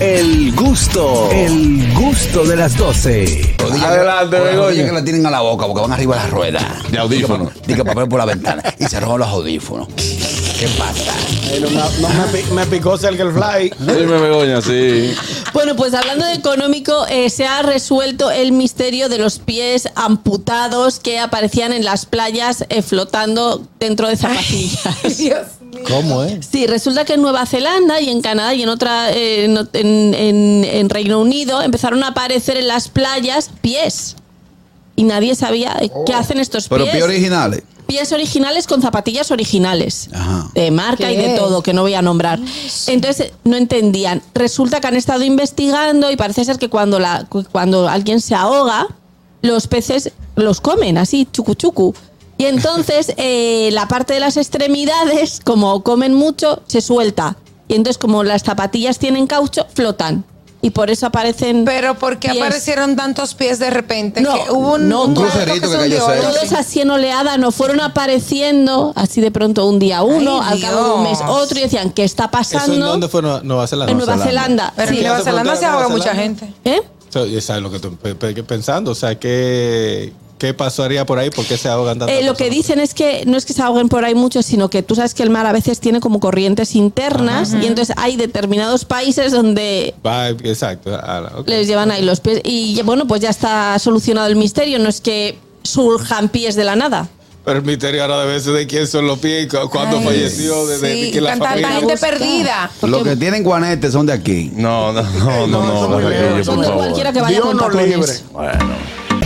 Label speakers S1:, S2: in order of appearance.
S1: El gusto, el gusto de las 12.
S2: Rodilla
S3: Adelante,
S2: que, o las
S3: Begoña.
S2: rodillas que la tienen a la boca porque van arriba de las ruedas.
S3: De audífono.
S2: Diga papel por la ventana. Y se roban los audífonos. ¿Qué pasa?
S4: Pero no, no me, pi- me picó cerca el fly.
S3: Dime, Begoña, sí.
S5: Bueno, pues hablando de económico, eh, se ha resuelto el misterio de los pies amputados que aparecían en las playas eh, flotando dentro de zapatillas.
S4: ¿Cómo, eh?
S5: Sí, resulta que en Nueva Zelanda y en Canadá y en otra eh, en, ot- en- en- en Reino Unido empezaron a aparecer en las playas pies. Y nadie sabía eh,
S4: Oh.
S5: qué hacen estos
S2: Pero
S5: pies.
S2: pie originales.
S5: Pies originales con zapatillas originales.
S2: Ajá.
S5: De marca y de
S6: ¿Qué?
S5: todo, que no voy a nombrar. Entonces, no entendían. Resulta que han estado investigando y parece ser que cuando, la, cu- cuando alguien se ahoga, los peces los comen así, chucu chucu. Y entonces, eh, la parte de las extremidades, como comen mucho, se suelta. Y entonces, como las zapatillas tienen caucho, flotan. Y por eso aparecen.
S6: Pero ¿por qué
S5: pies.
S6: aparecieron tantos pies de repente?
S5: No,
S6: Que hubo un,
S5: no,
S6: un
S5: todo.
S6: barco
S2: Crucerito que
S6: se
S2: cayó
S6: hundió,
S2: cerca.
S6: algo
S5: Todos
S6: así.
S5: así en oleada nos fueron apareciendo, así de pronto un día uno,
S6: Ay,
S5: al cabo de un mes
S6: Dios.
S5: otro, y decían, ¿qué está
S4: ¿Eso
S5: pasando?
S4: en dónde fue Nueva, Nueva Zelanda?
S5: en Nueva Zelanda.
S6: Pero
S5: sí.
S6: en Nueva Zelanda se
S4: Nueva
S6: ahoga mucha
S4: Zelanda.
S6: gente.
S5: ¿Eh?
S4: So, y ¿Sabes lo que estoy pe- pe- pensando? O sea, ¿qué, qué pasaría por ahí? ¿Por qué se ahogan tantas
S5: Eh, lo que
S4: personas?
S5: dicen es que no es que se ahoguen por ahí mucho, sino que tú sabes que el mar a veces tiene como corrientes internas y entonces hay determinados países donde
S4: Va, exacto. ah, ok.
S5: les llevan ahí los pies. Y bueno, pues ya está solucionado el misterio, no es que surjan pies de la nada.
S4: Pero el misterio ahora debe ser de quién son los pies, cu- cuándo
S6: Ay,
S4: falleció, de, de- de
S6: sí,
S4: que la
S6: tanta-
S4: familia...
S6: tanta gente perdida.
S2: Los que tienen guanetes son de aquí.
S3: No, no, no, no, no,
S4: muy
S3: Begoña,
S4: leves,
S3: por
S5: No
S3: favor.
S5: cualquiera que vaya con tacones.